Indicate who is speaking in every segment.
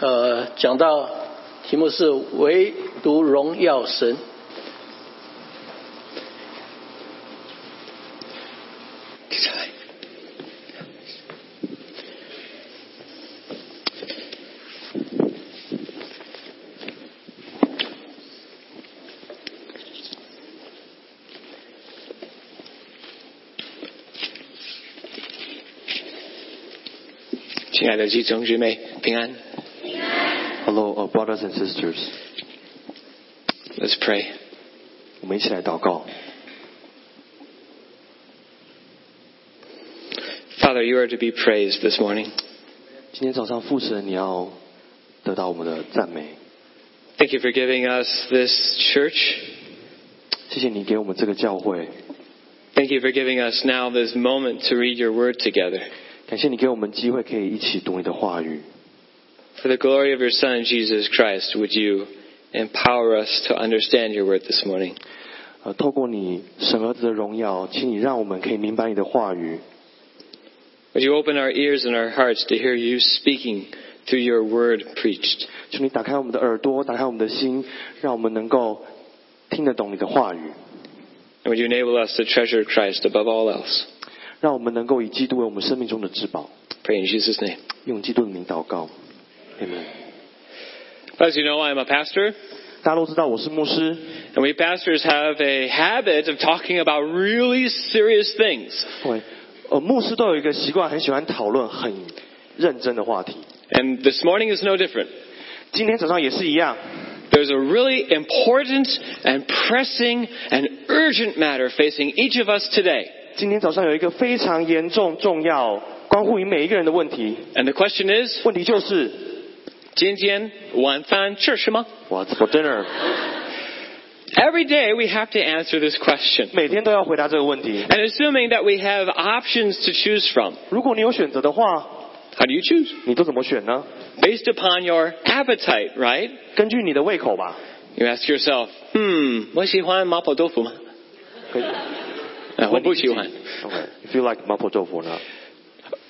Speaker 1: 呃，讲到题目是唯独荣耀神。
Speaker 2: 亲爱的弟兄姊妹，平安。
Speaker 3: Hello, uh, brothers and sisters，
Speaker 2: Let's pray。
Speaker 3: 我们一起来祷告。
Speaker 2: Father, you are to be praised this morning.
Speaker 3: 今天早上父神，你要得到我们的赞美。
Speaker 2: Thank you for giving us this church.
Speaker 3: 谢谢你给我们这个教会，
Speaker 2: Thank you for giving us now this moment to read your word together.
Speaker 3: 感谢你给我们机会可以一起读你的话语。
Speaker 2: For the glory of your Son, Jesus Christ, would you empower us to understand your word this morning?
Speaker 3: 呃，透过你神儿子的荣耀，请你让我们可以明白你的话语。
Speaker 2: Would you open our ears and our hearts to hear you speaking through your word preached?
Speaker 3: 求你打开我们的耳朵，打开我们的心，让我们能够听得懂你的话语，
Speaker 2: And would you enable us to treasure Christ above all else?
Speaker 3: 让我们能够以基督为我们生命中的至宝。
Speaker 2: Pray in Jesus' name.
Speaker 3: 用基督的名祷告，Amen。
Speaker 2: As you know, I'm a pastor.
Speaker 3: 大家都知道我是牧师，
Speaker 2: And we pastors have a habit of talking about really serious things.
Speaker 3: 对，呃，牧师都有一个习惯，很喜欢讨论很认真的话题。
Speaker 2: And this morning is no different.
Speaker 3: 今天早上也是一样，
Speaker 2: There's a really important and pressing and urgent matter facing each of us today.
Speaker 3: 今天早上有一个非常严重、重要、关乎于每一个人的问题。
Speaker 2: And the question is,
Speaker 3: 问题就是
Speaker 2: 今天晚饭吃什么?
Speaker 3: What's for dinner？
Speaker 2: Every day we have to answer this question.
Speaker 3: 每天都要回答这个问题。
Speaker 2: And assuming that we have options to choose from,
Speaker 3: 如果你有选择的话，
Speaker 2: how do you choose?
Speaker 3: 你都怎么选呢？
Speaker 2: Based upon your appetite, right?
Speaker 3: 根据你的胃口吧。
Speaker 2: You ask yourself, hmm, 我喜欢麻婆豆腐吗？
Speaker 3: 可以。
Speaker 2: 呃，Uh, 我不喜欢。
Speaker 3: OK，If、you like 麻婆豆腐呢？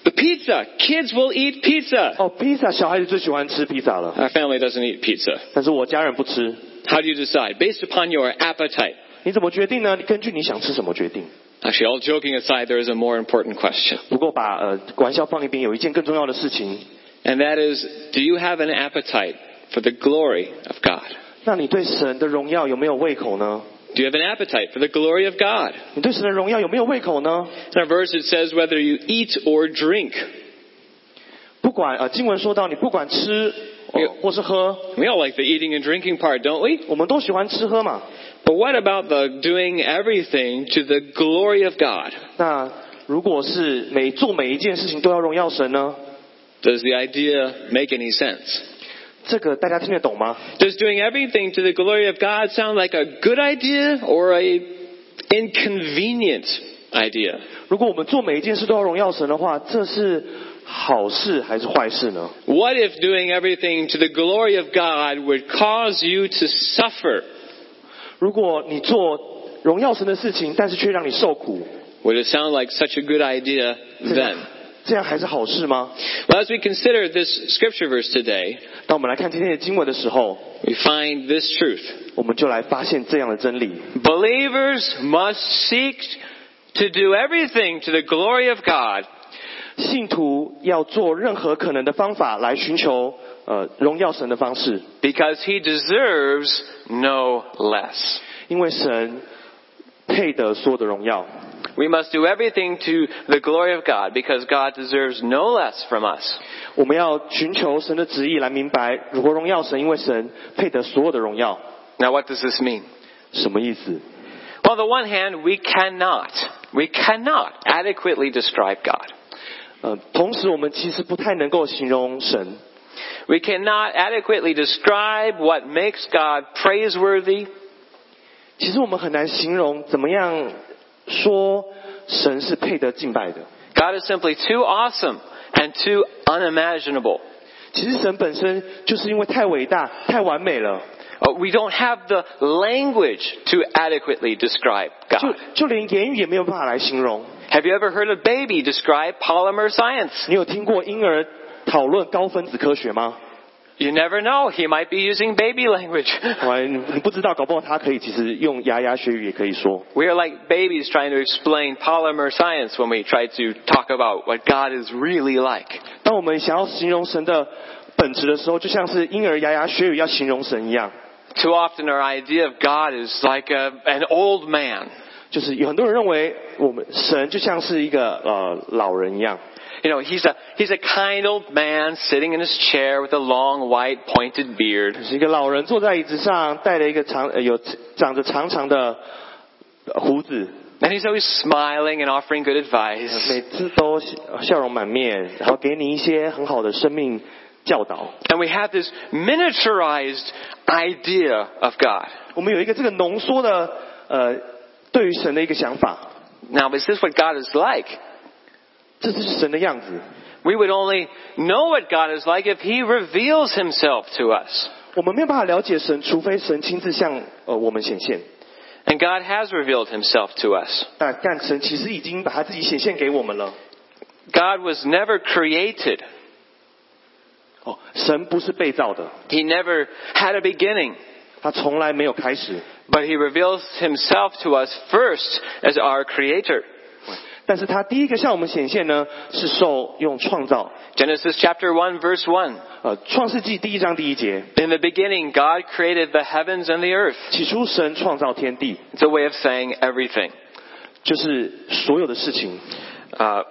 Speaker 2: The pizza. Kids will eat pizza.
Speaker 3: 哦，披萨，小孩子最喜欢吃披萨了，
Speaker 2: Our family doesn't eat pizza.
Speaker 3: 但是我家人不吃。
Speaker 2: How do you decide? Based upon your appetite.
Speaker 3: 你怎么决定呢？你根据你想吃什么决定。
Speaker 2: Actually, all joking aside, there is a more important question.
Speaker 3: 不过把呃玩笑放一边，有一件更重要的事情，
Speaker 2: And that is, do you have an appetite for the glory of God?
Speaker 3: 那你对神的荣耀有没有胃口呢？
Speaker 2: Do you have an appetite for the glory of God?
Speaker 3: 你对神的荣耀有没有胃口呢？
Speaker 2: In our verse, it says whether you eat or drink.
Speaker 3: 不管呃，经文说到你不管吃、
Speaker 2: 没
Speaker 3: 呃
Speaker 2: 有
Speaker 3: 或是喝，
Speaker 2: We all like the eating and drinking part, don't we?
Speaker 3: 我们都喜欢吃喝嘛。
Speaker 2: But what about the doing everything to the glory of God?
Speaker 3: 那如果是每做每一件事情都要荣耀神呢？
Speaker 2: Does the idea make any sense?
Speaker 3: 这个大家听得懂吗？
Speaker 2: Does doing everything to the glory of God sound like a good idea or a inconvenient idea?
Speaker 3: 如果我们做每一件事都要荣耀神的话，这是好事还是坏事呢？
Speaker 2: What if doing everything to the glory of God would cause you to suffer?
Speaker 3: 如果你做荣耀神的事情，但是却让你受苦，
Speaker 2: Would it sound like such a good idea
Speaker 3: 这样
Speaker 2: then?
Speaker 3: 这样还是好事吗？
Speaker 2: Well, as we consider this scripture verse today,
Speaker 3: 当我们来看今天的经文的时候，
Speaker 2: we find this truth.
Speaker 3: 我们就来发现这样的真理：
Speaker 2: Believers must seek to do everything to the glory of God
Speaker 3: 信徒要做任何可能的方法来寻求呃荣耀神的方式，
Speaker 2: because he deserves no less.
Speaker 3: 因为神配得所有的荣耀。
Speaker 2: We must do everything to the glory of God because God deserves no less from us.
Speaker 3: 我们要寻求神的旨意来明白如何荣耀神，因为神配得所有的荣耀。
Speaker 2: Now, what does this mean?
Speaker 3: 什么意思？
Speaker 2: Well, on the one hand, we cannot, we cannot adequately describe God.
Speaker 3: 呃，同时我们其实不太能够形容神，
Speaker 2: We cannot adequately describe what makes God praiseworthy.
Speaker 3: 其实我们很难形容怎么样说神是配得敬拜的。
Speaker 2: God is simply too awesome and too unimaginable.
Speaker 3: 其实神本身就是因为太伟大、太完美了，
Speaker 2: Uh, We don't have the language to adequately describe
Speaker 3: 就
Speaker 2: God.
Speaker 3: 就连言语也没有办法来形容。
Speaker 2: Have you ever heard a baby describe polymer science?
Speaker 3: 你有听过婴儿讨论高分子科学吗？
Speaker 2: You never know. He might be using baby language.
Speaker 3: 好吧，你你不知道，搞不好他可以其实用牙牙学语也可以说。
Speaker 2: We are like babies trying to explain polymer science when we try to talk about what God is really like.
Speaker 3: 当我们想要形容神的本质的时候，就像是婴儿牙牙学语要形容神一样，
Speaker 2: Too often our idea of God is like a, an old man.
Speaker 3: 就是有很多人认为我们神就像是一个呃老人一样，
Speaker 2: You know, he's a, he's a kind old man sitting in his chair with a long white pointed beard.
Speaker 3: 是一个老人坐在椅子上，戴了一个长呃有长着长长的呃胡子，
Speaker 2: And he's always smiling and offering good advice.
Speaker 3: 每次都笑笑容满面，然后给你一些很好的生命教导。
Speaker 2: And we have this miniaturized idea of God.
Speaker 3: 我们有一个这个浓缩的呃对于神的一个想法，
Speaker 2: Now, is this what God is like?
Speaker 3: 这就是神的样子。
Speaker 2: We would only know what God is like if He reveals Himself to us.
Speaker 3: 我们没有办法了解神，除非神亲自向呃我们显现。
Speaker 2: And God has revealed Himself to us.
Speaker 3: 但但神其实已经把他自己显现给我们了。
Speaker 2: God was never created.
Speaker 3: 哦，神不是被造的，
Speaker 2: He never had a beginning.
Speaker 3: 他从来没有开始，
Speaker 2: But He reveals Himself to us first as our Creator.
Speaker 3: 但是他第一个向我们显现呢，是受用创造。
Speaker 2: Genesis chapter 1 verse 1.
Speaker 3: 呃，《创世纪》第一章第一节，
Speaker 2: In the beginning, God created the heavens and the earth.
Speaker 3: 起初神创造天地，
Speaker 2: It's a way of saying everything.
Speaker 3: 就是所有的事情。
Speaker 2: Uh,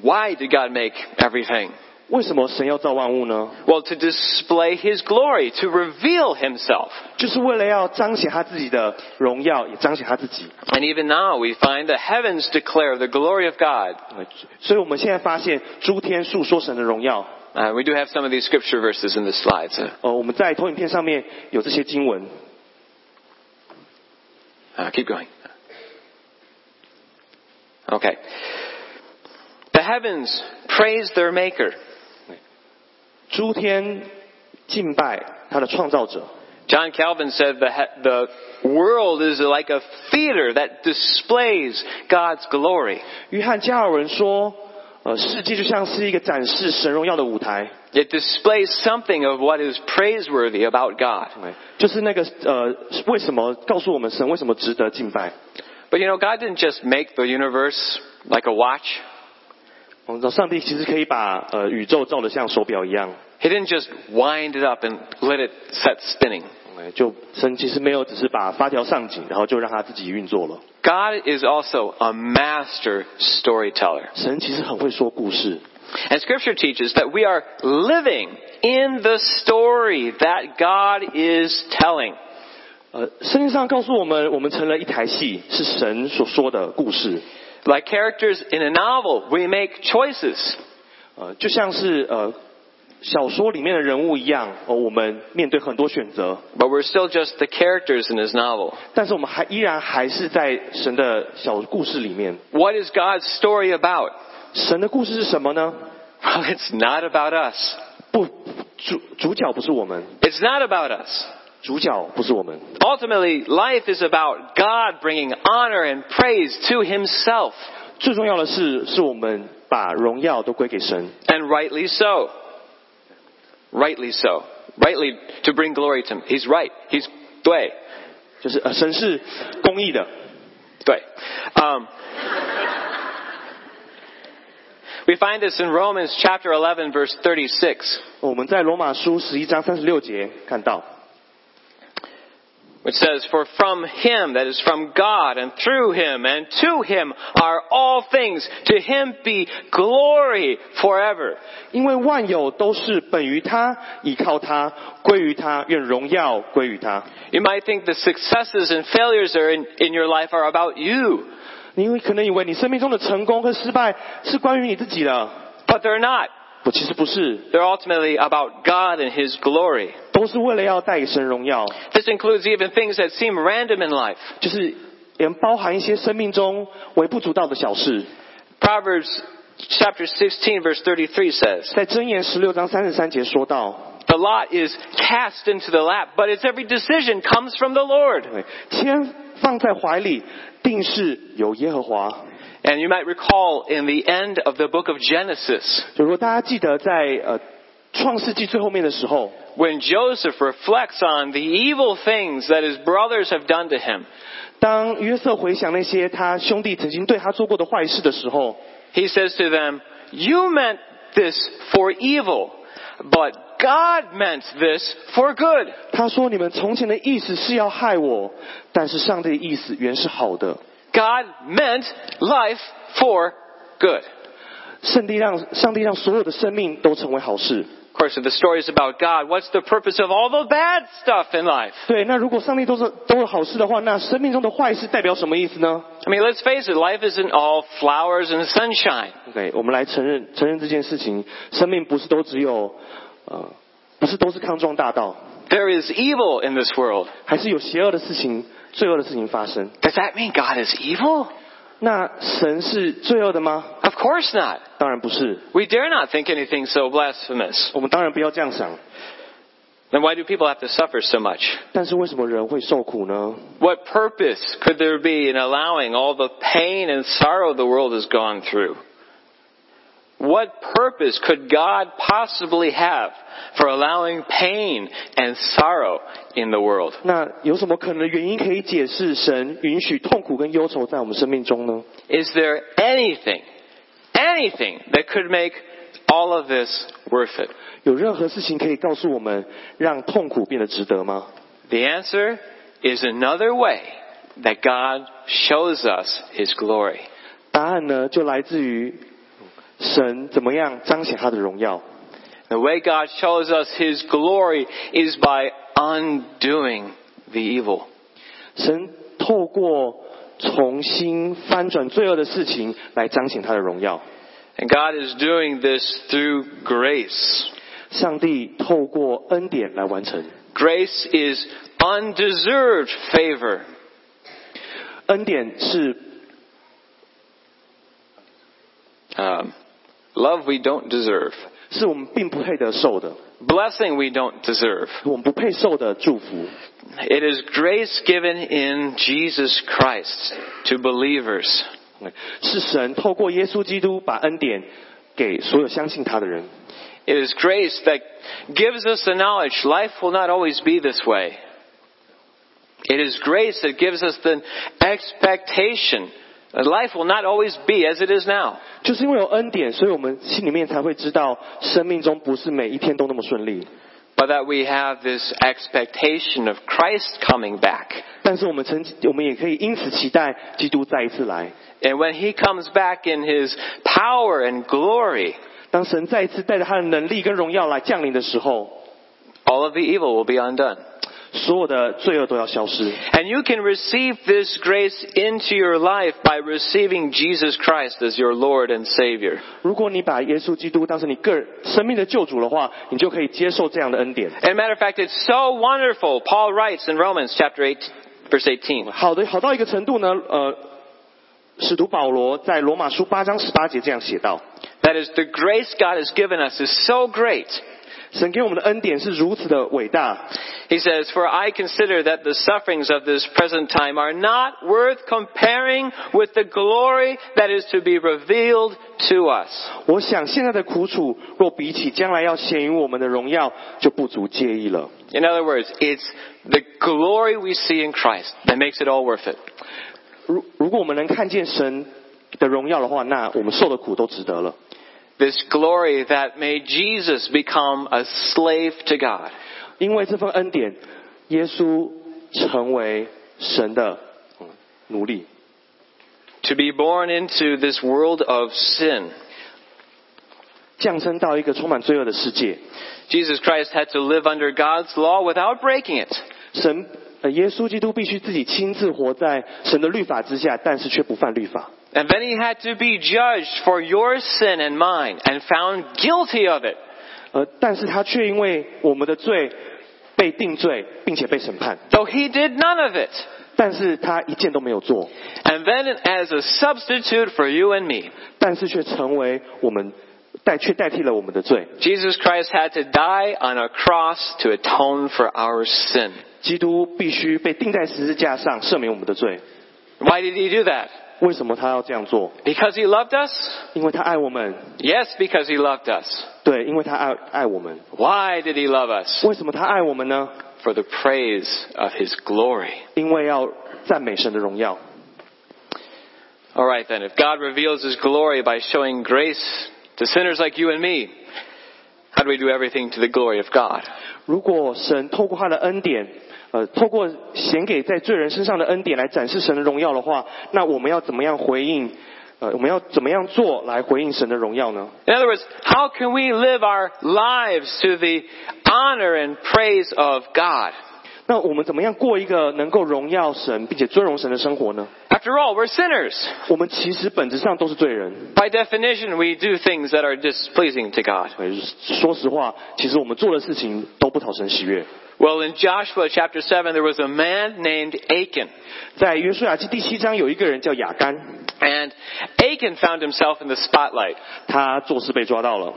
Speaker 2: why did God make everything?
Speaker 3: 为什么神要造万物呢？
Speaker 2: Well, to display His glory, to reveal Himself.
Speaker 3: 就是为了要彰显他自己的荣耀，也彰显他自己。
Speaker 2: And even now, we find the heavens declare the glory of God.
Speaker 3: 呃所以我们现在发现，诸天述说神的荣耀。
Speaker 2: Uh, we do have some of these scripture verses in the slides.
Speaker 3: 呃，我们在投影片上面有这些经文。
Speaker 2: Uh, keep going. Okay. The heavens praise their Maker.
Speaker 3: 诸天敬拜他的创造者。
Speaker 2: John Calvin said the, he- the world is like a theater that displays God's glory.
Speaker 3: 约翰加尔文说：“呃，世界就像是一个展示神荣耀的舞台，
Speaker 2: It displays something of what is praiseworthy about God.
Speaker 3: 就是那个呃，为什么告诉我们神为什么值得敬拜？
Speaker 2: But you know, God didn't just make the universe like a watch.
Speaker 3: 我们知道哦上帝其实可以把呃宇宙造得像手表一样，
Speaker 2: He didn't just wind it up and let it set spinning.
Speaker 3: 哎就神其实没有只是把发条上紧，然后就让它自己运作了。
Speaker 2: God is also a master storyteller.
Speaker 3: 神其实很会说故事，
Speaker 2: And scripture teaches that we are living in the story that God is telling.
Speaker 3: 呃，圣经上告诉我们，我们成了一台戏，是神所说的故事。
Speaker 2: Like characters in a novel, we make choices.
Speaker 3: 呃，就像是呃小说里面的人物一样，呃，我们面对很多选择，
Speaker 2: But we're still just the characters in his novel.
Speaker 3: 但是我们还依然还是在神的小故事里面。
Speaker 2: What is God's story about?
Speaker 3: 神的故事是什么呢？
Speaker 2: Well, it's not about us.
Speaker 3: 不，主主角不是我们，
Speaker 2: It's not about us.
Speaker 3: 主角不是我们。
Speaker 2: Ultimately, life is about God bringing honor and praise to himself.
Speaker 3: 最重要的是，是我们把荣耀都归给神，
Speaker 2: And rightly so. Rightly so. Rightly to bring glory to him. He's right. He's 对.
Speaker 3: 就是呃，神是公义的。
Speaker 2: 对. Um, we find this in Romans chapter 11 verse 36.
Speaker 3: 我们在罗马书十一章三十六节看到，
Speaker 2: which says, For from him, that is from God, and through him, and to him are all things. To him be glory forever.
Speaker 3: 因为万有都是本于他，倚靠他，归于他，愿荣耀归于他。
Speaker 2: You might think the successes and failures are in, in your life are about you,
Speaker 3: 你会可能以为你生命中的成功和失败是关于你自己的，
Speaker 2: but they're not.
Speaker 3: 不，其实不是，
Speaker 2: They're ultimately about God and His glory.
Speaker 3: 都是为了要带给神荣耀，
Speaker 2: This includes even things that seem random in life.
Speaker 3: 就是连包含一些生命中微不足道的小事。
Speaker 2: Proverbs chapter 16 verse 33 says,
Speaker 3: 在箴言十六章三十三节说到，
Speaker 2: The lot is cast into the lap, but its every decision comes from the Lord.
Speaker 3: 对，千放在怀里，定是有耶和华。
Speaker 2: And you might recall in the end of the book of Genesis,
Speaker 3: 就如果大家记得在呃创世纪最后面的时候，
Speaker 2: When Joseph reflects on the evil things that his brothers have done to him,
Speaker 3: 当约瑟回想那些他兄弟曾经对他做过的坏事的时候，
Speaker 2: he says to them, You meant this for evil, but God meant this for good.
Speaker 3: 他说：“你们从前的意思是要害我，但是上帝的意思原是好的。
Speaker 2: God meant life for good.
Speaker 3: 上帝让上帝让所有的生命都成为好事。
Speaker 2: Of course, if the story is about God, what's the purpose of all the bad stuff in life?
Speaker 3: 对，那如果上帝都是都是好事的话，那生命中的坏事代表什么意思呢
Speaker 2: I mean, let's face it, life isn't all flowers and sunshine.
Speaker 3: ？OK，我们来承认承认这件事情，生命不是都只有呃，不是都是康庄大道，
Speaker 2: There is evil in this world.
Speaker 3: 还是有邪恶的事情、罪恶的事情发生。
Speaker 2: Does that mean God is evil?
Speaker 3: 那神是罪恶的吗？
Speaker 2: Of course not.
Speaker 3: 当然不是，
Speaker 2: We dare not think anything so blasphemous.
Speaker 3: 我们当然不要这样想。
Speaker 2: Then why do people have to suffer so much?
Speaker 3: 但是为什么人会受苦呢？
Speaker 2: What purpose could there be in allowing all the pain and sorrow the world has gone through? What purpose could God possibly have for allowing pain and sorrow in the world?
Speaker 3: 那有什么可能的原因可以解释神允许痛苦跟忧愁在我们生命中呢？
Speaker 2: Is there anything, anything that could make all of this worth it?
Speaker 3: 有任何事情可以告诉我们让痛苦变得值得吗？
Speaker 2: The answer is another way that God shows us His glory.
Speaker 3: 答案呢，就来自于神怎么样彰显他的荣耀。
Speaker 2: The way God shows us His glory is by undoing the evil.
Speaker 3: 神透过重新翻转罪恶的事情来彰显他的荣耀。
Speaker 2: And God is doing this through grace.
Speaker 3: 上帝透过恩典来完成，
Speaker 2: Grace is undeserved favor.
Speaker 3: 恩典是
Speaker 2: Um, love we don't deserve.
Speaker 3: 是我们并不配得受的，
Speaker 2: Blessing we don't deserve.
Speaker 3: 我们不配受的祝福。
Speaker 2: It is grace given in Jesus Christ to believers.
Speaker 3: 是神透过耶稣基督把恩典给所有相信他的人。
Speaker 2: It is grace that gives us the knowledge life will not always be this way. It is grace that gives us the expectation that life will not always be as it is now.
Speaker 3: 就是因为有恩典，所以我们心里面才会知道，生命中不是每一天都那么顺利。
Speaker 2: But that we have this expectation of Christ coming back.
Speaker 3: 但是我们曾，我们也可以因此期待基督再一次来。
Speaker 2: And when He comes back in His power and glory,
Speaker 3: 当神再一次带着他的能力跟荣耀来降临的时候，
Speaker 2: all of the evil will be undone.
Speaker 3: 所有的罪恶都要消失。
Speaker 2: And you can receive this grace into your life by receiving Jesus Christ as your Lord and Savior.
Speaker 3: 如果你把耶稣基督当成你个人生命的救主的话，你就可以接受这样的恩典。
Speaker 2: And matter of fact, it's so wonderful. Paul writes in Romans chapter 8, verse 18.
Speaker 3: 好的，好到一个程度呢，呃，使徒保罗在罗马书八章十八节这样写道。
Speaker 2: That is, the grace God has given us is so great.
Speaker 3: 神给我们的恩典是如此的伟大，
Speaker 2: He says, For I consider that the sufferings of this present time are not worth comparing with the glory that is to be revealed to us.
Speaker 3: 我想现在的苦楚，若比起将来要显于我们的荣耀，就不足介意了。
Speaker 2: In other words, it's the glory we see in Christ that makes it all worth it.
Speaker 3: 如如果我们能看见神的荣耀的话，那我们受的苦都值得了。
Speaker 2: This glory that made Jesus become a slave to God.
Speaker 3: 因为这份恩典，耶稣成为神的嗯奴隶，
Speaker 2: To be born into this world of sin.
Speaker 3: 降生到一个充满罪恶的世界。
Speaker 2: Jesus Christ had to live under God's law without breaking it.
Speaker 3: 神，呃，耶稣基督必须自己亲自活在神的律法之下，但是却不犯律法。
Speaker 2: And then he had to be judged for your sin and mine and found guilty of it.
Speaker 3: 呃，但是他却因为我们的罪被定罪，并且被审判，
Speaker 2: Though he did none of it.
Speaker 3: 但是他一件都没有做，
Speaker 2: And then as a substitute for you and me,
Speaker 3: 但是却成为我们代却代替了我们的罪。
Speaker 2: Jesus Christ had to die on a cross to atone for our sin.
Speaker 3: 基督必须被钉在十字架上，赦免我们的罪。
Speaker 2: Why did he do that?
Speaker 3: 为什么他要这样做？
Speaker 2: Because he loved us?
Speaker 3: 因为他爱我们，
Speaker 2: Yes, because he loved us.
Speaker 3: 对，因为他爱爱我们。
Speaker 2: Why did he love us?
Speaker 3: 为什么他爱我们呢？
Speaker 2: For the praise of his glory.
Speaker 3: 因为要赞美神的荣耀。
Speaker 2: All right then, if God reveals his glory by showing grace to sinners like you and me, how do we do everything to the glory of God?
Speaker 3: 如果神透过他的恩典，呃，透过显给在罪人身上的恩典来展示神的荣耀的话，那我们要怎么样回应？呃，我们要怎么样做来回应神的荣耀呢？
Speaker 2: In other words, how can we live our lives to the honor and praise of God?
Speaker 3: 那我们怎么样过一个能够荣耀神并且尊荣神的生活呢？
Speaker 2: After all, we're sinners.
Speaker 3: 我们其实本质上都是罪人。
Speaker 2: By definition, we do things that are displeasing to God.
Speaker 3: 对，说实话，其实我们做的事情都不讨神喜悦。
Speaker 2: Well, in Joshua chapter 7, there was a man named Achan.
Speaker 3: 在约书亚记第七章，有一个人叫雅干，
Speaker 2: And Achan found himself in the spotlight.
Speaker 3: 他做事被抓到了。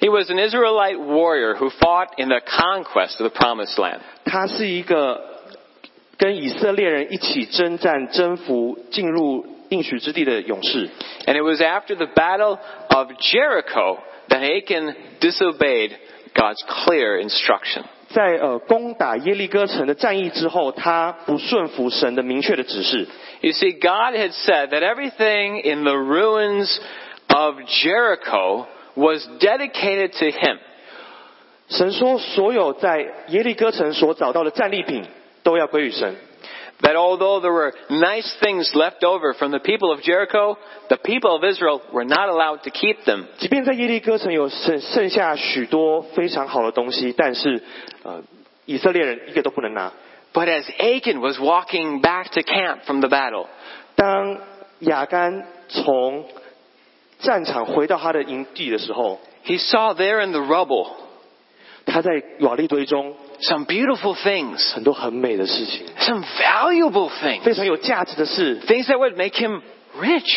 Speaker 2: He was an Israelite warrior who fought in the conquest of the promised land.
Speaker 3: 他是一个跟以色列人一起征战、征服、进入应许之地的勇士。
Speaker 2: And it was after the battle of Jericho that Achan disobeyed God's clear instruction.
Speaker 3: 在呃攻打耶利哥城的战役之后，他不顺服神的明确的指示。
Speaker 2: You see, God had said that everything in the ruins of Jericho was dedicated to him.
Speaker 3: 神说，所有在耶利哥城所找到的战利品都要归于神。
Speaker 2: That although there were nice things left over from the people of Jericho, the people of Israel were not allowed to keep them.
Speaker 3: 即便在耶利哥城有剩剩下许多非常好的东西，但是呃以色列人一个都不能拿。
Speaker 2: But as Achan was walking back to camp from the battle,
Speaker 3: 当雅干从战场回到他的营地的时候，
Speaker 2: he saw there in the rubble
Speaker 3: 他在瓦砾堆中
Speaker 2: some beautiful things,
Speaker 3: 很多很美的事情，
Speaker 2: some valuable things,
Speaker 3: 非常有价值的事，
Speaker 2: things that would make him rich.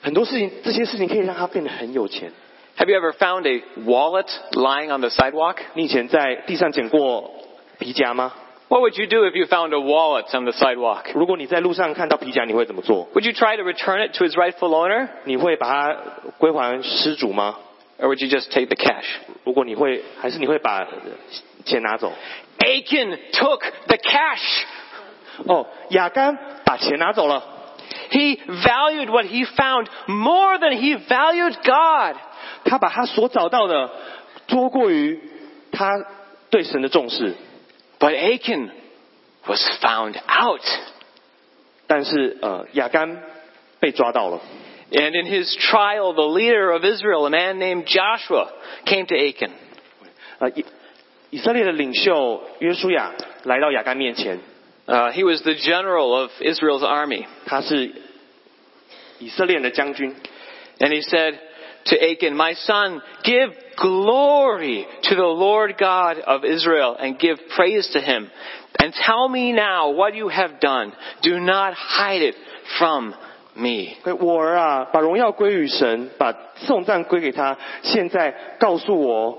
Speaker 3: 很多事情，这些事情可以让他变得很有钱。
Speaker 2: Have you ever found a wallet lying on the sidewalk?
Speaker 3: 你以前在地上捡过皮夹吗？
Speaker 2: What would you do if you found a wallet on the sidewalk?
Speaker 3: 如果你在路上看到皮夹，你会怎么做？
Speaker 2: Would you try to return it to its rightful owner?
Speaker 3: 你会把它归还失主吗？
Speaker 2: Or would you just take the cash?
Speaker 3: 如果你会，还是你会把呃钱拿走？
Speaker 2: Achan took the cash.
Speaker 3: 哦，雅干把钱拿走了，
Speaker 2: He valued what he found more than he valued God.
Speaker 3: 他把他所找到的多过于他对神的重视，
Speaker 2: But Achan was found out.
Speaker 3: 但是呃，雅干被抓到了。
Speaker 2: And in his trial, the leader of Israel, a man named Joshua, came to Achan.
Speaker 3: 呃，以以色列的领袖约书亚来到雅干面前，
Speaker 2: Uh, he was the general of Israel's army.
Speaker 3: 他是以色列人的将军，
Speaker 2: And he said to Achan, My son, give glory to the Lord God of Israel and give praise to him. And tell me now what you have done. Do not hide it from me.
Speaker 3: 我儿啊，把荣耀归于神，把颂赞归给他。现在告诉我，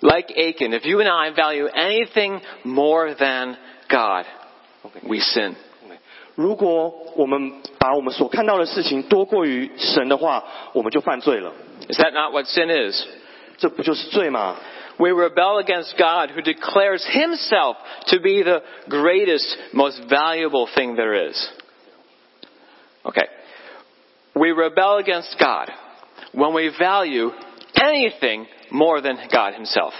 Speaker 2: Like Achan, if you and I value anything more than God, we sin.
Speaker 3: 如果我们把我们所看到的事情多过于神的话，我们就犯罪了。
Speaker 2: Is that not what sin is?
Speaker 3: 这不就是罪吗？
Speaker 2: We rebel against God who declares himself to be the greatest, most valuable thing there is. Okay. We rebel against God when we value anything more than God himself.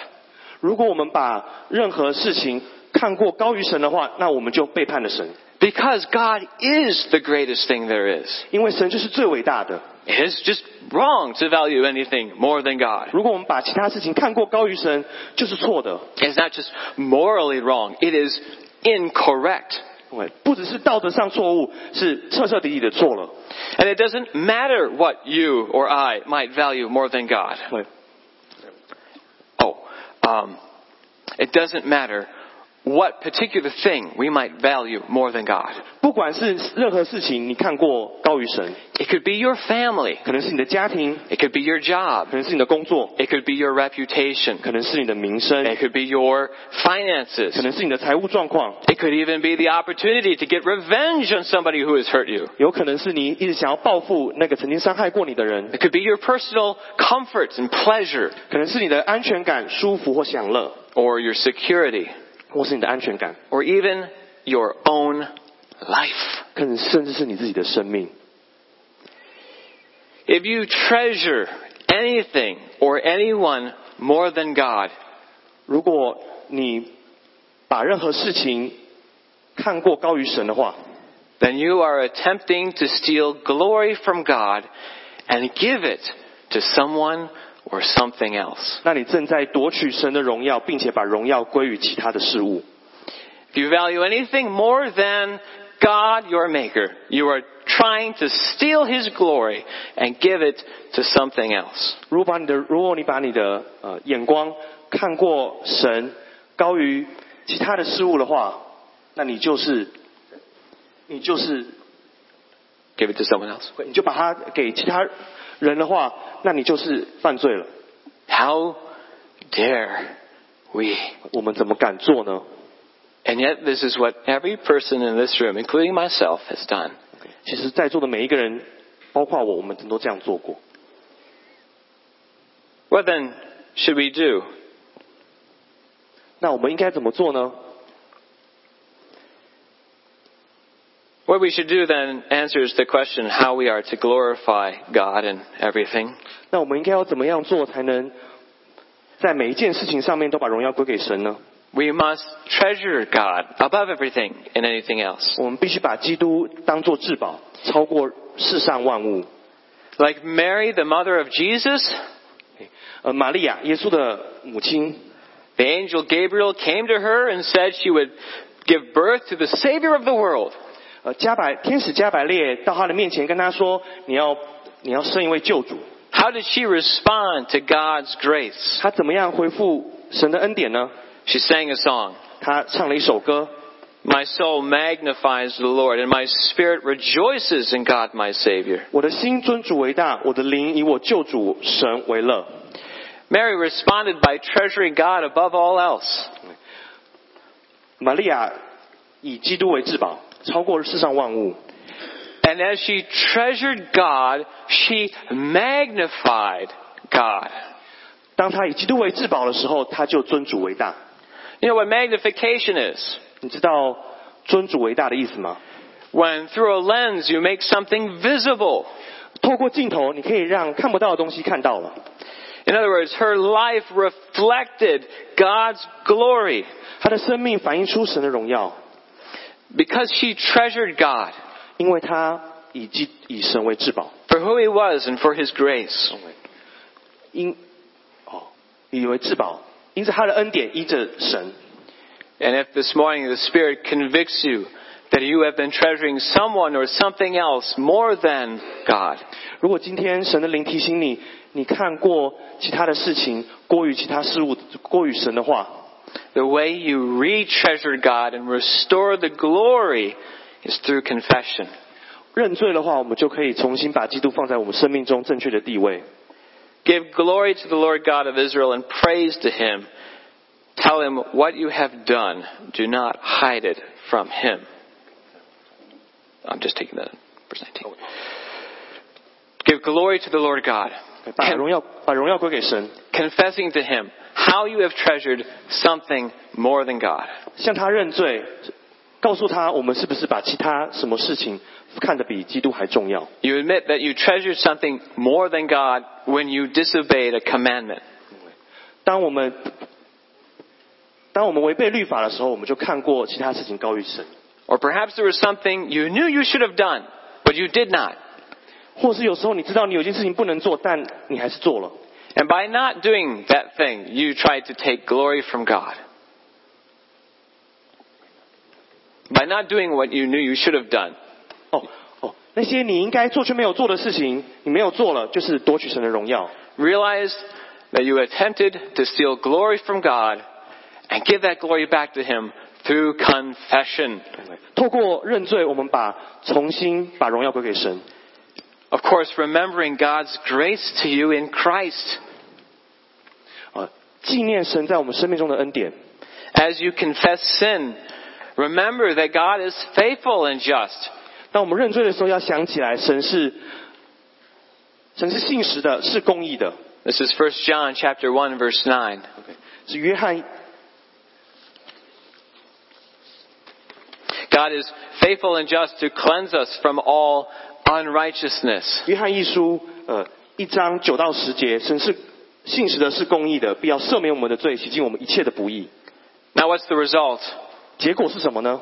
Speaker 3: 如果我们把任何事情看过高于神的话，那我们就背叛了神，
Speaker 2: Because God is the greatest thing there is.
Speaker 3: 因为神就是最伟大的。
Speaker 2: It is just wrong to value anything more than God.
Speaker 3: 如果我们把其他事情看过高于神，就是错的。
Speaker 2: It's not just morally wrong, it is incorrect.
Speaker 3: 对，不只是道德上错误，是彻彻底底的错了。
Speaker 2: And it doesn't matter what you or I might value more than God.
Speaker 3: 对，
Speaker 2: Oh, um, it doesn't matter what particular thing we might value more than God.
Speaker 3: 不管是任何事情，你看过高于神，
Speaker 2: It could be your family.
Speaker 3: 可能是你的家庭，
Speaker 2: It could be your job.
Speaker 3: 可能是你的工作，
Speaker 2: It could be your reputation.
Speaker 3: 可能是你的名声，
Speaker 2: It could be your
Speaker 3: 可
Speaker 2: finances.
Speaker 3: 能是你的财务状况，
Speaker 2: It could even be the opportunity to get revenge on somebody who has hurt you.
Speaker 3: 有可能是你一直想要报复那个曾经伤害过你的人，
Speaker 2: It could be your personal comforts and pleasure
Speaker 3: 可能是你的安全感、舒服或享乐，
Speaker 2: or your security
Speaker 3: 或是你的安全感，
Speaker 2: or even your own life.
Speaker 3: 可能甚至是你自己的生命。
Speaker 2: If you treasure anything or anyone more than God,
Speaker 3: 如果你把任何事情看过高于神的话，
Speaker 2: then you are attempting to steal glory from God and give it to someone or something else.
Speaker 3: 那你正在夺取神的荣耀，并且把荣耀归于其他的事物。
Speaker 2: If you value anything more than God, your Maker, you are trying to steal His glory and give it to something else.
Speaker 3: 如果把你的，如果你把你的呃眼光看过神高于其他的事物的话，那你就是你就是
Speaker 2: Give it to someone else.
Speaker 3: 你就把它给其他人的话，那你就是犯罪了。
Speaker 2: How dare we?
Speaker 3: 我们怎么敢做呢？
Speaker 2: And yet, this is what every person in this room, including myself, has done.
Speaker 3: 其实，在座的每一个人，包括我，我们都这样做过。
Speaker 2: What then should we do?
Speaker 3: 那我们应该怎么做呢？
Speaker 2: What we should do then answers the question how we are to glorify God in everything.
Speaker 3: 那我们应该要怎么样做才能在每一件事情上面都把荣耀归给神呢？
Speaker 2: We must treasure God above everything and anything else.
Speaker 3: 我们必须把基督当作至宝，超过世上万物。
Speaker 2: Like Mary, the mother of Jesus,
Speaker 3: 呃，玛利亚，耶稣的母亲，
Speaker 2: the angel Gabriel came to her and said she would give birth to the Savior of the world.
Speaker 3: 呃，加百天使加百列到他的面前跟他说：“你要你要生一位救主。
Speaker 2: How did she respond to God's ” grace?
Speaker 3: 他怎么样回复神的恩典呢？
Speaker 2: She sang a song.
Speaker 3: 他唱了一首歌，
Speaker 2: My soul magnifies the Lord, and my spirit rejoices in God my Savior.
Speaker 3: 我的心尊主为大，我的灵以我救主神为乐。
Speaker 2: Mary responded by treasuring God above all else.
Speaker 3: 玛利亚以基督为至宝，超过世上万物。
Speaker 2: And as she treasured God, she magnified God.
Speaker 3: 当他以基督为至宝的时候，他就尊主为大。
Speaker 2: You know what magnification is?
Speaker 3: 你知道尊主为大的意思吗？
Speaker 2: When through a lens you make something visible.
Speaker 3: 透过镜头，你可以让看不到的东西看到了。
Speaker 2: In other words, her life reflected God's glory
Speaker 3: 他的生命反映出神的荣耀，
Speaker 2: because she treasured God
Speaker 3: 因为他以基以神为至宝，
Speaker 2: for who he was and for his grace.
Speaker 3: 因哦以为至宝，因着他的恩典依着神。
Speaker 2: And if this morning the Spirit convicts you that you have been treasuring someone or something else more than God,
Speaker 3: 如果今天神的灵提醒你，你看过其他的事情过于其他事物过于神的话，
Speaker 2: The way you re-treasure God and restore the glory is through confession.
Speaker 3: 认罪的话，我们就可以重新把基督放在我们生命中正确的地位。
Speaker 2: Give glory to the Lord God of Israel and praise to Him. Tell Him what you have done. Do not hide it from Him. I'm just taking that in verse 19. Give glory to the Lord God,
Speaker 3: 把荣耀把荣耀归给神，
Speaker 2: confessing to Him how you have treasured something more than God.
Speaker 3: 向他认罪，告诉他我们是不是把其他什么事情看得比基督还重要。
Speaker 2: You admit that you treasured something more than God when you disobeyed a commandment.
Speaker 3: 当我们当我们违背律法的时候，我们就看过其他事情高于神，
Speaker 2: Or perhaps there was something you knew you should have done, but you did not.
Speaker 3: 或是有时候你知道你有件事情不能做，但你还是做了。
Speaker 2: And by not doing that thing, you tried to take glory from God. By not doing what you knew you should have done,
Speaker 3: 哦哦，那些你应该做却没有做的事情，你没有做了，就是夺取神的荣耀。
Speaker 2: realized that you attempted to steal glory from God and give that glory back to Him through confession.
Speaker 3: 透过认罪，我们把重新把荣耀归给神。
Speaker 2: Of course, remembering God's grace to you in Christ.
Speaker 3: 啊，纪念神在我们生命中的恩典。
Speaker 2: As you confess sin, remember that God is faithful and just.
Speaker 3: 当我们认罪的时候，要想起来，神是神是信实的，是公义的。
Speaker 2: This is 1 John chapter 1 verse 9.
Speaker 3: 是约翰
Speaker 2: God is faithful and just to cleanse us from all unrighteousness.
Speaker 3: 约翰一书呃一章九到十节，神是信实的，是公义的，必要赦免我们的罪，洗净我们一切的不义。
Speaker 2: Now what's the result?
Speaker 3: 结果是什么呢？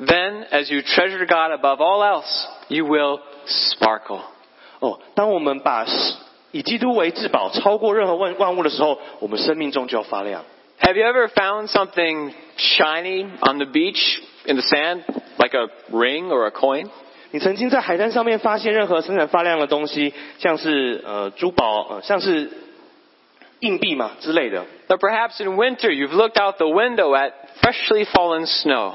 Speaker 2: Then, as you treasure God above all else, you will sparkle.
Speaker 3: 哦，当我们把以基督为至宝，超过任何万万物的时候，我们生命中就要发亮。
Speaker 2: Have you ever found something shiny on the beach in the sand, like a ring or a coin?
Speaker 3: 你曾经在海滩上面发现任何闪闪发亮的东西，像是呃珠宝，呃像是硬币嘛之类的。
Speaker 2: Or perhaps in winter you've looked out the window at freshly fallen snow,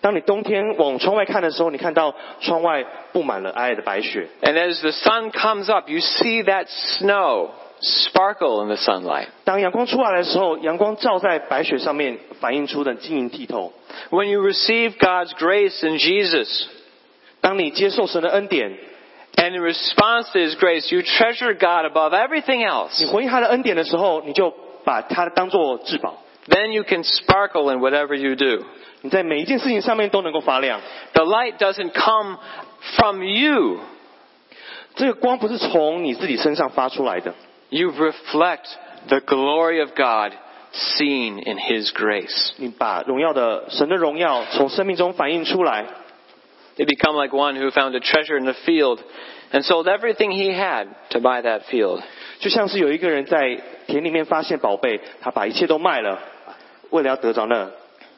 Speaker 3: 当你冬天往窗外看的时候，你看到窗外布满了皑皑的白雪。
Speaker 2: and as the sun comes up, you see that snow sparkle in the sunlight.
Speaker 3: 当阳光出来的时候，阳光照在白雪上面，反映出的晶莹剔透。
Speaker 2: When you receive God's grace in Jesus,
Speaker 3: 当你接受神的恩典，
Speaker 2: and in response to His grace, you treasure God above everything
Speaker 3: 你
Speaker 2: else,
Speaker 3: 回应他的恩典的时候，你就把它当做至宝。
Speaker 2: then you can sparkle in whatever you do.
Speaker 3: 你在每一件事情上面都能够发亮。
Speaker 2: The light doesn't come from you.
Speaker 3: 这个光不是从你自己身上发出来的，
Speaker 2: You reflect the glory of God seen in His grace.
Speaker 3: 你把荣耀的神的荣耀从生命中反映出来。
Speaker 2: They become like one who found a treasure in the field and sold everything he had to buy that field.
Speaker 3: 就像是有一个人在田里面发现宝贝，他把一切都卖了，为了要得着那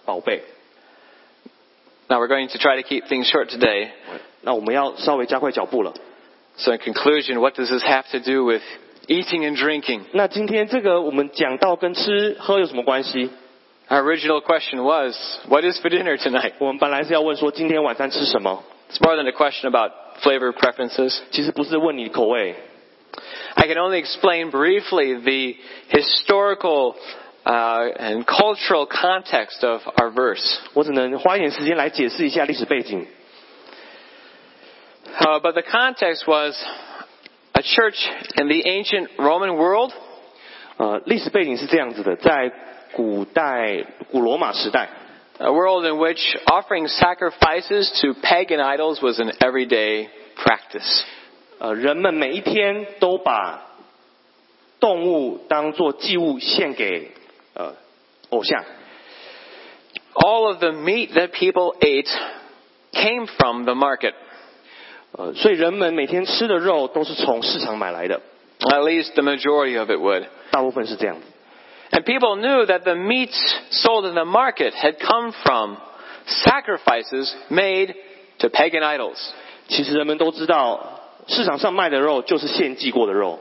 Speaker 3: 宝贝。
Speaker 2: Now we're going to try to keep things short today.
Speaker 3: 那我们要稍微加快脚步了。
Speaker 2: So in conclusion, what does this have to do with eating and drinking?
Speaker 3: 那今天这个我们讲到跟吃喝有什么关系？
Speaker 2: Our original question was, what is for dinner tonight?
Speaker 3: 我们本来是要问说今天晚餐吃什么，
Speaker 2: It's more than a question about flavor preferences.
Speaker 3: 其实不是问你口味，
Speaker 2: I can only explain briefly the historical uh, and cultural context of our verse.
Speaker 3: 我只能花一点时间来解释一下历史背景。
Speaker 2: Uh, but the context was a church in the ancient Roman world
Speaker 3: 呃，历史背景是这样子的，在古代古罗马时代，
Speaker 2: A world in which offering sacrifices to pagan idols was an everyday practice.
Speaker 3: 呃，人们每一天都把动物当做祭物献给呃偶像，
Speaker 2: All of the meat that people ate came from the market.
Speaker 3: 呃，所以人们每天吃的肉都是从市场买来的，
Speaker 2: At least the majority of it would.
Speaker 3: 大部分是这样子。
Speaker 2: And people knew that the meats sold in the market had come from sacrifices made to pagan idols.
Speaker 3: 其实人们都知道，市场上卖的肉就是献祭过的肉，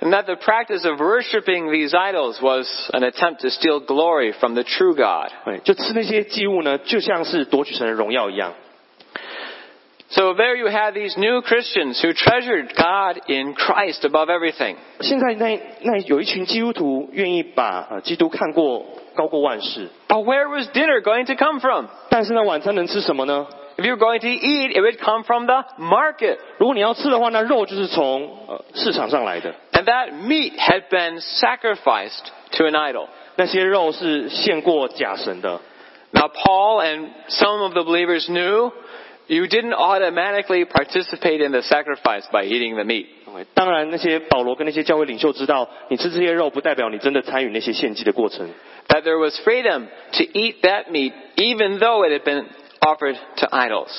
Speaker 2: And that the practice of worshiping these idols was an attempt to steal glory from the true God.
Speaker 3: 对，哎就吃那些祭物呢，就像是夺取神的荣耀一样。
Speaker 2: So there you had these new Christians who treasured God in Christ above everything.
Speaker 3: 现在那那有一群基督徒愿意把呃基督看过高过万事，
Speaker 2: But where was dinner going to come from?
Speaker 3: 但是呢，晚餐能吃什么呢？
Speaker 2: If you were going to eat, it would come from the market.
Speaker 3: 如果你要吃的话，那肉就是从呃市场上来的，
Speaker 2: And that meat had been sacrificed to an idol.
Speaker 3: 那些肉是献过假神的。
Speaker 2: Now Paul and some of the believers knew you didn't automatically participate in the sacrifice by eating the meat.
Speaker 3: 哎当然，那些保罗跟那些教会领袖知道，你吃这些肉不代表你真的参与那些献祭的过程。
Speaker 2: That there was freedom to eat that meat even though it had been offered to idols.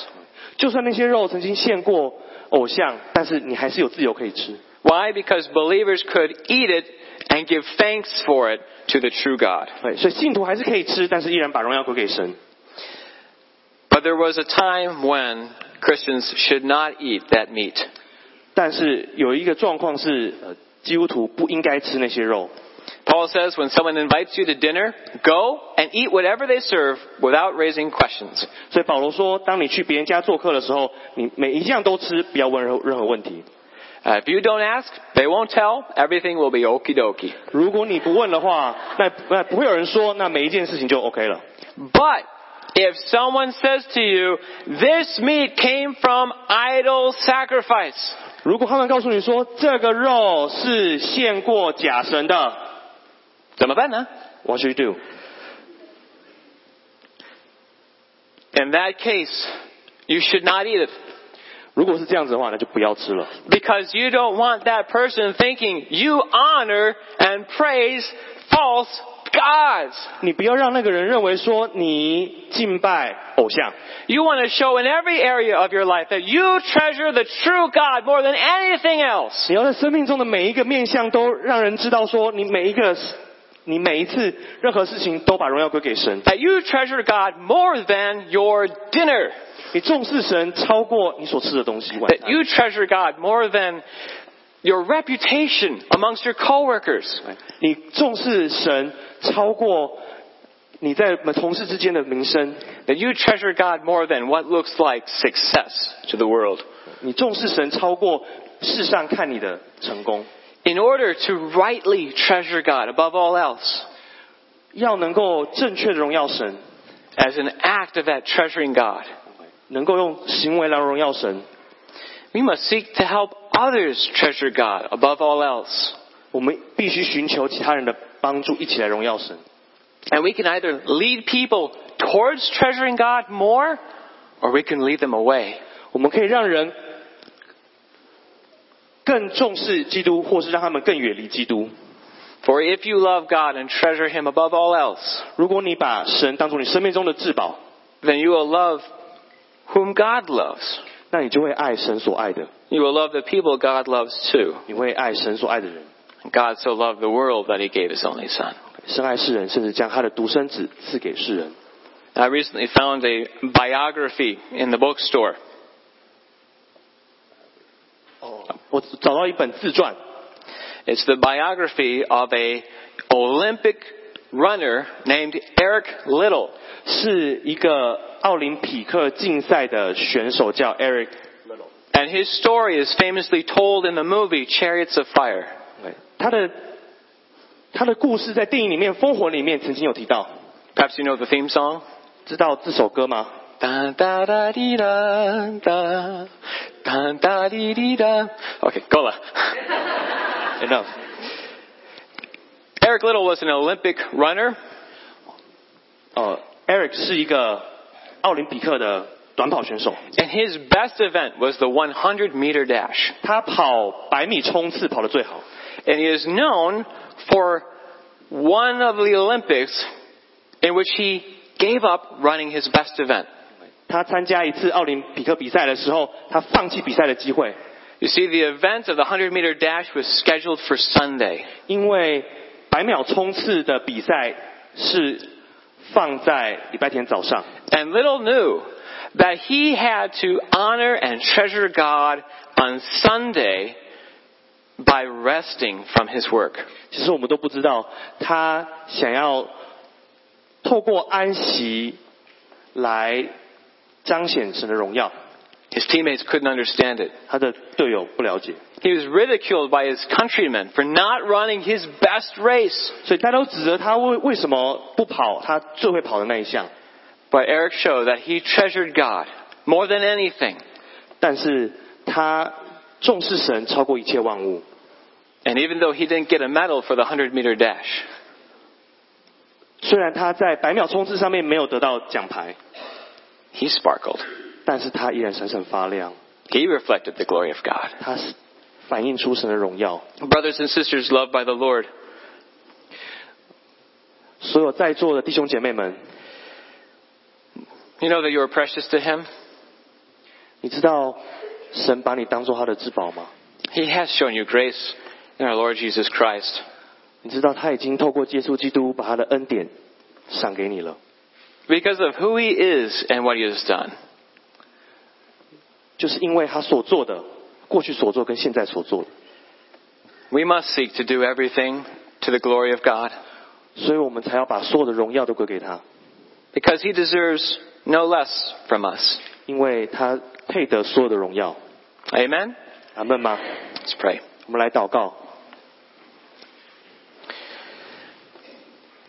Speaker 3: 就算那些肉曾经献过偶像，但是你还是有自由可以吃。
Speaker 2: Why? Because believers could eat it and give thanks for it to the true God.
Speaker 3: 对，哎所以信徒还是可以吃，但是依然把荣耀归给神。
Speaker 2: But there was a time when Christians should not eat that meat.
Speaker 3: 但是有一个状况是，呃，基督徒不应该吃那些肉。
Speaker 2: Paul says when someone invites you to dinner, go and eat whatever they serve without raising questions.
Speaker 3: 所以保罗说，当你去别人家做客的时候，你每一项都吃，不要问任何任何问题。
Speaker 2: Uh, if you don't ask, they won't tell. Everything will be okie dokie.
Speaker 3: 如果你不问的话，那那不会有人说，那每一件事情就 OK 了。
Speaker 2: But if someone says to you, this meat came from idol sacrifice,
Speaker 3: 如果他们告诉你说这个肉是献过假神的
Speaker 2: 怎么办呢?
Speaker 3: ，What should you do？
Speaker 2: in that case, you should not eat it.
Speaker 3: 如果是这样子的话，那就不要吃了，
Speaker 2: Because you don't want that person thinking you honor and praise false gods.
Speaker 3: 你不要让那个人认为说你敬拜偶像，
Speaker 2: You want to show in every area of your life that you treasure the true God more than anything else.
Speaker 3: 你要在生命中的每一个面向都让人知道说你每一个。你每一次任何事情都把荣耀归给神，
Speaker 2: That you treasure God more than your dinner.
Speaker 3: 你重视神超过你所吃的东西。晚
Speaker 2: That
Speaker 3: 餐
Speaker 2: you treasure God more than your reputation amongst your coworkers.
Speaker 3: 你重视神超过你在同事之间的名声，
Speaker 2: That you treasure God more than what looks like success to the world.
Speaker 3: 你重视神超过世上看你的成功。
Speaker 2: In order to rightly treasure God above all else,
Speaker 3: 要能够正确的荣耀神，
Speaker 2: as an act of that treasuring God,
Speaker 3: 能够用行为来荣耀神，
Speaker 2: we must seek to help others treasure God above all else.
Speaker 3: 我们必须寻求其他人的帮助，一起来荣耀神。
Speaker 2: And we can either lead people towards treasuring God more, or we can lead them away.
Speaker 3: 我们可以让人更重视基督，或是让他们更远离基督。
Speaker 2: For if you love God and treasure Him above all else,
Speaker 3: 如果你把神当做你生命中的至宝，
Speaker 2: then you will love whom God loves.
Speaker 3: 那你就会爱神所爱的，
Speaker 2: You will love the people God loves too.
Speaker 3: 你会爱神所爱的人。
Speaker 2: God so loved the world that He gave His only Son.
Speaker 3: 深爱世人，甚至将他的独生子赐给世人。
Speaker 2: I recently found a biography in the bookstore.
Speaker 3: 我找到一本自传，
Speaker 2: It's the biography of a Olympic runner named Eric Little.
Speaker 3: 是一个奥林匹克竞赛的选手，叫 Eric。
Speaker 2: And his story is famously told in the movie Chariots of Fire.
Speaker 3: 他的他的故事在电影里面《烽火》里面曾经有提到，
Speaker 2: Perhaps you know the theme song?
Speaker 3: 知道这首歌吗？
Speaker 2: Da, da, da, dee, da, da. Da, da, dee, dee, da. Okay, go on.
Speaker 3: 真的，
Speaker 2: Eric Little was an Olympic runner.
Speaker 3: 呃，Eric 是一个奥林匹克的短跑选手，
Speaker 2: And his best event was the 100 meter dash.
Speaker 3: 他跑百米冲刺跑得最好，
Speaker 2: And he is known for one of the Olympics in which he gave up running his best event.
Speaker 3: 他参加一次奥林匹克比赛的时候，他放弃比赛的机会，
Speaker 2: You see, the event of the 100 meter dash was scheduled for Sunday.
Speaker 3: 因为百秒冲刺的比赛是放在礼拜天早上，
Speaker 2: And little knew that he had to honor and treasure God on Sunday by resting from his work.
Speaker 3: 其实我们都不知道他想要透过安息来彰显神的荣耀，
Speaker 2: His teammates couldn't understand it.
Speaker 3: 他的队友不了解，
Speaker 2: He was ridiculed by his countrymen for not running his best race.
Speaker 3: 所以大家都指责他为为什么不跑他最会跑的那一项，
Speaker 2: But Eric showed that he treasured God more than anything.
Speaker 3: 但是他重视神超过一切万物。
Speaker 2: And even though he didn't get a medal for the 100 meter dash,
Speaker 3: 虽然他在百秒冲刺上面没有得到奖牌，
Speaker 2: he sparkled.
Speaker 3: 但是他依然闪闪发亮。
Speaker 2: He reflected the glory of God.
Speaker 3: 它是反映出神的荣耀。
Speaker 2: Brothers and sisters loved by the Lord,
Speaker 3: 所有在座的弟兄姐妹们，
Speaker 2: you know that you are precious to him.
Speaker 3: 你知道神把你当做他的至宝吗？
Speaker 2: He has shown you grace in our Lord Jesus Christ.
Speaker 3: 你知道他已经透过耶稣基督把他的恩典赏给你了，
Speaker 2: Because of who he is and what he has done,
Speaker 3: 就是因为他所做的，过去所做跟现在所做的，
Speaker 2: we must seek to do everything to the glory of God
Speaker 3: 所以我们才要把所有的荣耀都归给他，
Speaker 2: because he deserves no less from us.
Speaker 3: 因为他配得所有的荣耀。
Speaker 2: Amen?
Speaker 3: 阿门吗？
Speaker 2: Let's pray.
Speaker 3: 我们来祷告。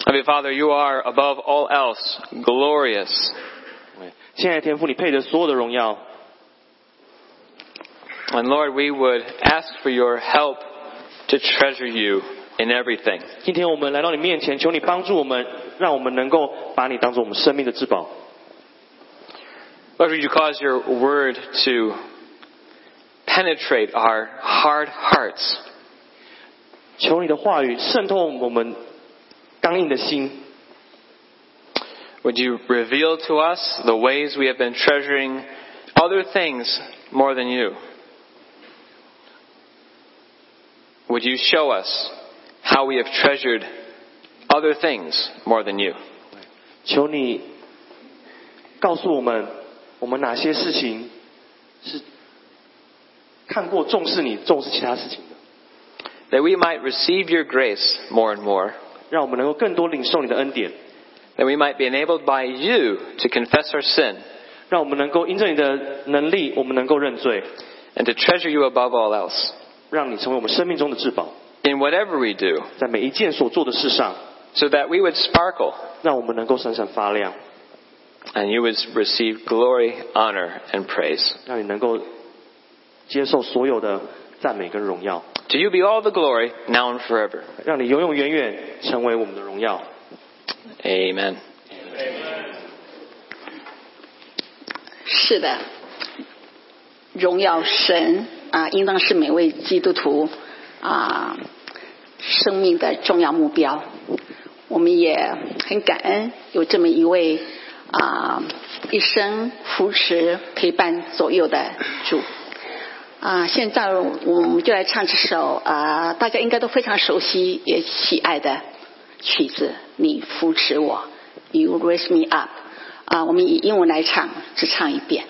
Speaker 2: Heavenly Father, you are above all else glorious.
Speaker 3: 哎亲爱的天父，你配得所有的荣耀，
Speaker 2: And Lord, we would ask for your help to treasure you in everything.
Speaker 3: 今天我们来到你面前，求你帮助我们，让我们能够把你当做我们生命的至宝。
Speaker 2: Lord, would you cause your word to penetrate our hard hearts
Speaker 3: 求你的话语渗透我们刚硬的心，
Speaker 2: Would you reveal to us the ways we have been treasuring other things more than you? Would you show us how we have treasured other things more than you?
Speaker 3: 求你告诉我们，我们哪些事情是看过重视你，重视其他事情的，
Speaker 2: That we might receive your grace more and more.
Speaker 3: 让我们能够更多领受你的恩典，
Speaker 2: That we might be enabled by you to confess our sin
Speaker 3: 让我们能够因着你的能力，我们能够认罪，
Speaker 2: and to treasure you above all else.
Speaker 3: 让你成为我们生命中的至宝，
Speaker 2: In whatever we do,
Speaker 3: 在每一件所做的事上，
Speaker 2: so that we would sparkle
Speaker 3: 让我们能够闪闪发亮，
Speaker 2: and you would receive glory, honor, and praise.
Speaker 3: 让你能够接受所有的赞美跟荣耀，
Speaker 2: To you be all the glory, now and forever.
Speaker 3: 让你永永远远成为我们的荣耀。
Speaker 2: Amen.
Speaker 4: 是的，荣耀神啊，应当是每位基督徒啊生命的重要目标。我们也很感恩有这么一位啊一生扶持陪伴左右的主。啊，现在我们就来唱这首啊，大家应该都非常熟悉也喜爱的曲子《你扶持我》，You raise me up。啊，我们以英文来唱，只唱一遍。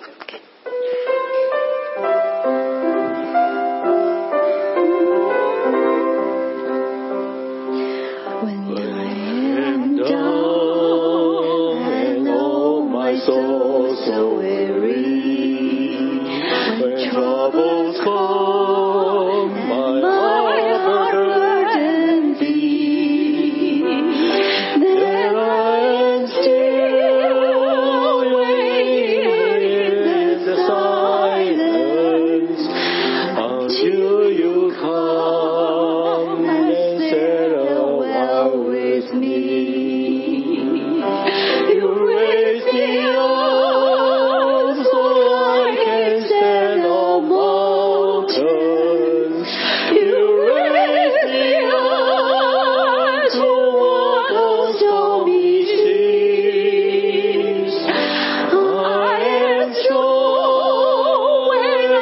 Speaker 5: When I am down and all my soul so weary, when troubles come, my heart burdened be, then I am still waiting in the silence until you come and settle well with me. You raise me up so I can stand on mountains. You raise me up to waters so me seas. I am strong when I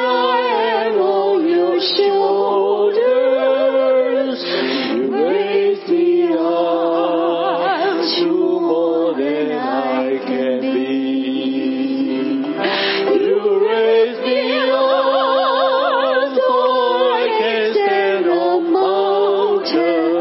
Speaker 5: am on your shoulders. You raise me up to more than I can be. You raise me up so I can stand on mountains.